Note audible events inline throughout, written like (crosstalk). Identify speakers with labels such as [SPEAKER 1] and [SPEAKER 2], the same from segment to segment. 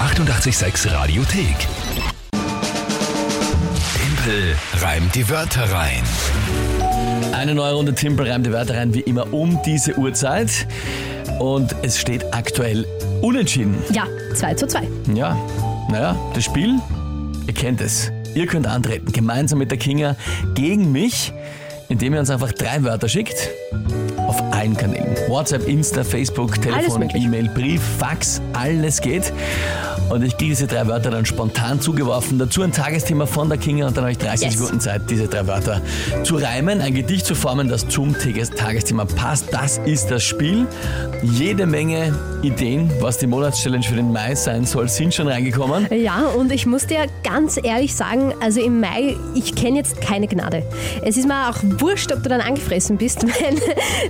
[SPEAKER 1] 886 Radiothek. Tempel reimt die Wörter rein.
[SPEAKER 2] Eine neue Runde Timpel reimt die Wörter rein, wie immer um diese Uhrzeit. Und es steht aktuell unentschieden.
[SPEAKER 3] Ja, 2 zu 2.
[SPEAKER 2] Ja, naja, das Spiel, ihr kennt es. Ihr könnt antreten, gemeinsam mit der Kinga, gegen mich, indem ihr uns einfach drei Wörter schickt. Auf allen Kanälen. WhatsApp, Insta, Facebook, Telefon,
[SPEAKER 3] möglich.
[SPEAKER 2] E-Mail, Brief, Fax, alles geht. Und ich kriege diese drei Wörter dann spontan zugeworfen. Dazu ein Tagesthema von der Kinga und dann habe ich 30
[SPEAKER 3] Yes.
[SPEAKER 2] Minuten Zeit, diese drei Wörter zu reimen, ein Gedicht zu formen, das zum Tages- Tagesthema passt. Das ist das Spiel. Jede Menge Ideen, was die Monatschallenge für den Mai sein soll, sind schon reingekommen.
[SPEAKER 3] Ja, und ich muss dir ganz ehrlich sagen, also im Mai, ich kenne jetzt keine Gnade. Es ist mir auch wurscht, ob du dann angefressen bist, (laughs) wenn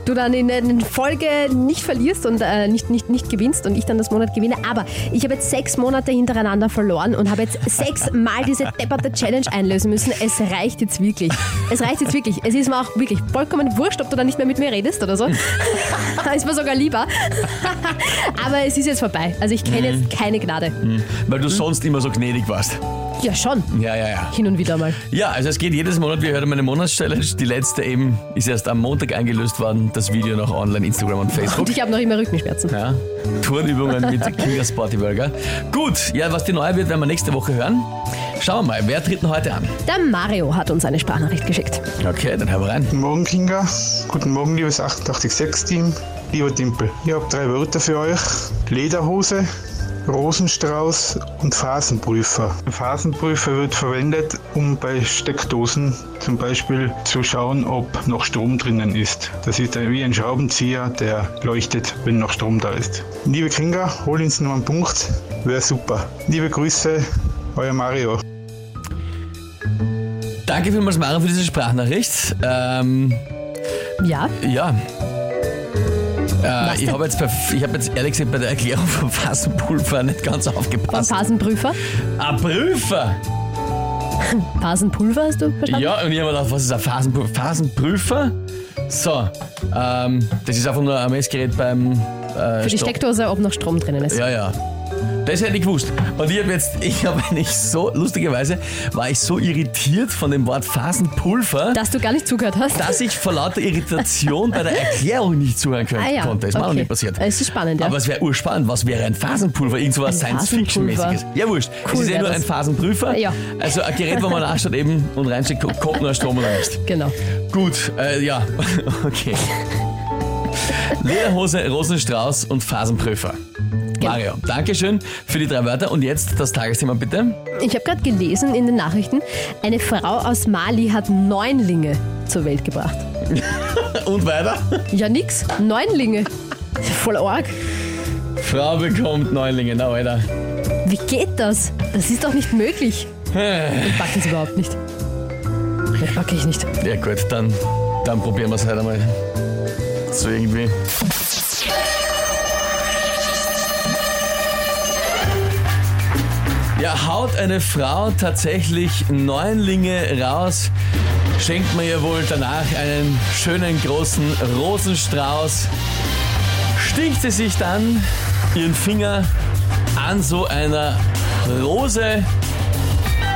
[SPEAKER 3] du dann in, in Folge nicht verlierst und äh, nicht, nicht, nicht gewinnst und ich dann das Monat gewinne. Aber ich habe jetzt sechs Monate hintereinander verloren und habe jetzt sechsmal diese depperte Challenge einlösen müssen. Es reicht jetzt wirklich. Es reicht jetzt wirklich. Es ist mir auch wirklich vollkommen wurscht, ob du dann nicht mehr mit mir redest oder so. (laughs) ist mir sogar lieber. (laughs) Aber es ist jetzt vorbei. Also ich kenne jetzt keine Gnade.
[SPEAKER 2] Weil du sonst immer so gnädig warst.
[SPEAKER 3] Ja, schon.
[SPEAKER 2] Ja, ja, ja.
[SPEAKER 3] Hin und wieder mal.
[SPEAKER 2] Ja, also es geht jedes Monat. Wir hören meine Monatschallenge. Die letzte eben ist erst am Montag eingelöst worden. Das Video noch online, Instagram und Facebook.
[SPEAKER 3] Und ich habe noch immer Rückenschmerzen.
[SPEAKER 2] Ja, Turnübungen mit Kinga Sporty Burger. Gut, ja, was die neue wird, werden wir nächste Woche hören. Schauen wir mal, wer tritt denn heute an?
[SPEAKER 3] Der Mario hat uns eine Sprachnachricht geschickt.
[SPEAKER 2] Okay, dann hören wir rein.
[SPEAKER 4] Guten Morgen, Kinga. Guten Morgen, liebes 886-Team. Lieber Timpel, ich habe drei Wörter für euch. Lederhose, Rosenstrauß und Phasenprüfer. Ein Phasenprüfer wird verwendet, um bei Steckdosen zum Beispiel zu schauen, ob noch Strom drinnen ist. Das ist ein- wie ein Schraubenzieher, der leuchtet, wenn noch Strom da ist. Liebe Kinga, hol uns noch einen Punkt. Wäre super. Liebe Grüße, euer Mario.
[SPEAKER 2] Danke vielmals, Mara, für diese Sprachnachricht. Ähm,
[SPEAKER 3] Ja,
[SPEAKER 2] ja. Äh, ich
[SPEAKER 3] denn?
[SPEAKER 2] habe jetzt, bei- ich hab jetzt ehrlich gesagt bei der Erklärung von Phasenpulver nicht ganz
[SPEAKER 3] beim
[SPEAKER 2] aufgepasst.
[SPEAKER 3] Phasenprüfer.
[SPEAKER 2] Ein Prüfer!
[SPEAKER 3] Phasenpulver hast du verstanden?
[SPEAKER 2] Ja, und ich habe gedacht, was ist ein Phasenpr Phasenprüfer? So, ähm, das ist einfach nur ein Messgerät beim. Äh,
[SPEAKER 3] Für die
[SPEAKER 2] Strom-
[SPEAKER 3] Steckdose, ob noch Strom drinnen ist.
[SPEAKER 2] Ja, ja. Das hätte ich gewusst. Und ich habe jetzt, ich habe nicht so, lustigerweise, war ich so irritiert von dem Wort Phasenpulver,
[SPEAKER 3] Dass du gar nicht zugehört hast.
[SPEAKER 2] dass ich vor lauter Irritation bei der Erklärung nicht zuhören können,
[SPEAKER 3] Ah ja,
[SPEAKER 2] konnte. Ist mir auch noch
[SPEAKER 3] okay.
[SPEAKER 2] nicht passiert.
[SPEAKER 3] Es ist spannend, ja.
[SPEAKER 2] Aber es wäre urspannend. Was wäre ein Phasenpulver? Irgend sowas
[SPEAKER 3] Ein
[SPEAKER 2] Science-Fiction-mäßiges.
[SPEAKER 3] Phasenpulver.
[SPEAKER 2] Ja, wurscht. es
[SPEAKER 3] Cool
[SPEAKER 2] ist ja
[SPEAKER 3] wär
[SPEAKER 2] nur
[SPEAKER 3] das.
[SPEAKER 2] ein Phasenprüfer.
[SPEAKER 3] Ja.
[SPEAKER 2] Also ein Gerät, wo man nachschaut eben und reinsteckt, ob- kommt noch Strom oder nicht.
[SPEAKER 3] Genau.
[SPEAKER 2] Gut, äh, ja, (laughs) okay. Lederhose, Rosenstrauß und Phasenprüfer.
[SPEAKER 3] Genau.
[SPEAKER 2] Mario, Dankeschön für die drei Wörter. Und jetzt das Tagesthema bitte.
[SPEAKER 3] Ich habe gerade gelesen in den Nachrichten, eine Frau aus Mali hat Neunlinge zur Welt gebracht.
[SPEAKER 2] Und weiter.
[SPEAKER 3] Ja, nix. Neunlinge. (laughs) Voll arg.
[SPEAKER 2] Frau bekommt Neulinge, na weiter.
[SPEAKER 3] Wie geht das? Das ist doch nicht möglich.
[SPEAKER 2] Äh.
[SPEAKER 3] Ich packe es überhaupt nicht. Das packe ich nicht.
[SPEAKER 2] Ja gut, dann, dann probieren wir es halt einmal. So irgendwie. Ja, haut eine Frau tatsächlich Neunlinge raus, schenkt man ihr wohl danach einen schönen großen Rosenstrauß. Stinkt sie sich dann ihren Finger an so einer Rose,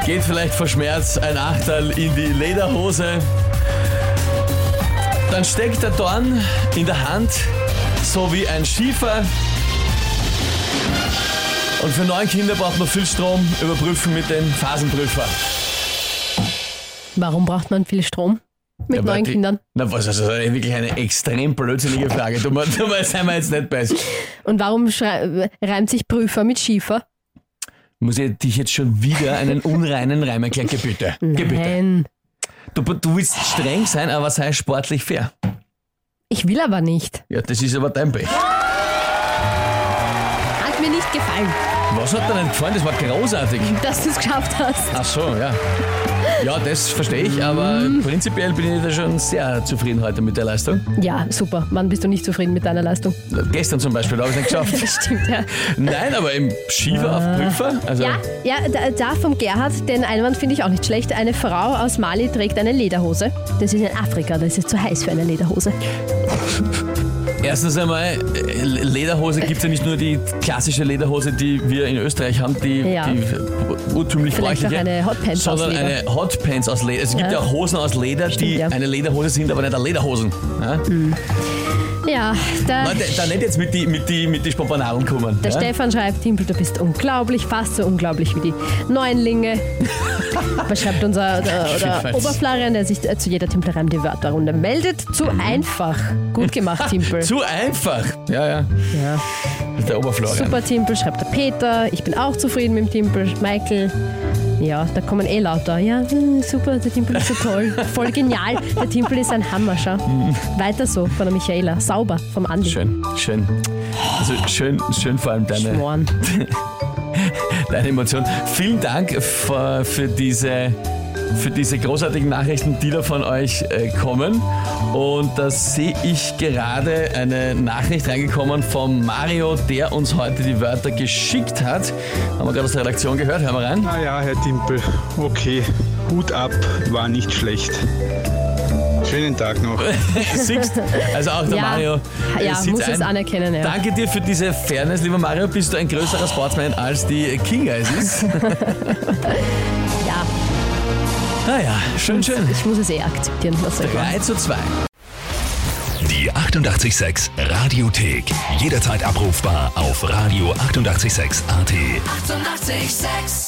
[SPEAKER 2] geht vielleicht vor Schmerz ein Achterl in die Lederhose. Dann steckt der Dorn in der Hand, so wie ein Schiefer. Und für neun Kinder braucht man viel Strom, überprüfen mit dem Phasenprüfer.
[SPEAKER 3] Warum braucht man viel Strom? Mit
[SPEAKER 2] Ja,
[SPEAKER 3] neun
[SPEAKER 2] die-
[SPEAKER 3] Kindern.
[SPEAKER 2] Na was, also das ist wirklich eine extrem blödsinnige Frage. Du, meinst- du meinst, sind wir jetzt nicht besser.
[SPEAKER 3] Und warum schrei- reimt sich Prüfer mit Schiefer?
[SPEAKER 2] Muss ich dich jetzt schon wieder einen unreinen Reim erklären? Geh bitte. Geh bitte.
[SPEAKER 3] Nein.
[SPEAKER 2] Du, du willst streng sein, aber sei sportlich fair.
[SPEAKER 3] Ich will aber nicht.
[SPEAKER 2] Ja, das ist aber dein Pech.
[SPEAKER 3] Hat mir nicht gefallen,
[SPEAKER 2] Was hat dir denn gefallen? Das war großartig.
[SPEAKER 3] dass du es geschafft hast.
[SPEAKER 2] Ach so, ja. Ja, das verstehe ich, aber
[SPEAKER 3] Mhm.
[SPEAKER 2] prinzipiell bin ich da schon sehr zufrieden heute mit der Leistung.
[SPEAKER 3] Ja, super. Wann bist du nicht zufrieden mit deiner Leistung? (laughs)
[SPEAKER 2] Gestern zum Beispiel, da habe ich es nicht geschafft.
[SPEAKER 3] Das stimmt, ja.
[SPEAKER 2] Nein, aber im Schiefer auf Prüfer, also
[SPEAKER 3] Ah. Ja, ja da, da vom Gerhard, den Einwand finde ich auch nicht schlecht. Eine Frau aus Mali trägt eine Lederhose. Das ist in Afrika, das ist zu heiß für eine Lederhose.
[SPEAKER 2] Erstens einmal, äh, Lederhose gibt es ja nicht nur die klassische Lederhose, die wir in Österreich haben, die,
[SPEAKER 3] Ja.
[SPEAKER 2] die urtümlich
[SPEAKER 3] Vielleicht
[SPEAKER 2] bräuchliche,
[SPEAKER 3] auch eine Hotpants aus
[SPEAKER 2] sondern
[SPEAKER 3] Leder.
[SPEAKER 2] eine Hotpants aus Leder. Es gibt
[SPEAKER 3] Ja.
[SPEAKER 2] ja, auch Hosen aus Leder, die
[SPEAKER 3] Stimmt, ja. Ah.
[SPEAKER 2] eine Lederhose sind, aber nicht eine Lederhosen. Ja?
[SPEAKER 3] Ja, da,
[SPEAKER 2] Man, da, da nicht jetzt mit die, mit die, mit die Spontanaren kommen.
[SPEAKER 3] der
[SPEAKER 2] ja?
[SPEAKER 3] Stefan schreibt, Timpel, du bist unglaublich, fast so unglaublich wie die
[SPEAKER 2] (laughs)
[SPEAKER 3] Neunlinge. Was schreibt unser oder, oder
[SPEAKER 2] Jedenfalls.
[SPEAKER 3] Oberflarian, der sich äh, zu jeder Timpelreim die Wörterrunde meldet? Zu einfach. Gut gemacht, Timpel.
[SPEAKER 2] Mhm. (laughs) Zu einfach. Ja, ja.
[SPEAKER 3] ja.
[SPEAKER 2] Der Oberflorian.
[SPEAKER 3] Super Timpel, schreibt der Peter. Ich bin auch zufrieden mit dem Timpel. Michael. Ja, da kommen eh lauter. Ja, hm, super, der Timpel ist
[SPEAKER 2] (laughs)
[SPEAKER 3] so toll. Voll genial. Der Timpel ist ein Hammer, schau. Weiter so von der Michaela. Sauber vom Andi.
[SPEAKER 2] Mhm. Schön, schön. Also schön, schön vor allem deine,
[SPEAKER 3] Schmoren.
[SPEAKER 2] deine Emotion. Vielen Dank für, für, diese, für diese großartigen Nachrichten, die da von euch äh, kommen. Und da sehe ich gerade eine Nachricht reingekommen von Mario, der uns heute die Wörter geschickt hat. Haben wir gerade aus der Redaktion gehört, hören wir
[SPEAKER 3] (laughs)
[SPEAKER 2] rein.
[SPEAKER 4] Ah ja, Herr Timpel. Okay, Hut ab, war nicht schlecht. Schönen Tag noch.
[SPEAKER 2] Siehst, also auch der
[SPEAKER 3] Ja,
[SPEAKER 2] Mario. äh,
[SPEAKER 3] ja,
[SPEAKER 2] sieht's
[SPEAKER 3] muss es
[SPEAKER 2] ein.
[SPEAKER 3] anerkennen, ja.
[SPEAKER 2] Danke dir für diese Fairness, lieber Mario. Bist du ein größerer Sportsman als die Kinga es (laughs) ist?
[SPEAKER 3] Ja,
[SPEAKER 2] Naja, schön, schön.
[SPEAKER 3] ich muss es eh akzeptieren. Was soll ich machen?
[SPEAKER 2] 3 zu 2.
[SPEAKER 1] Die 886 Radiothek. Jederzeit abrufbar auf radio886.at. 886!
[SPEAKER 5] 886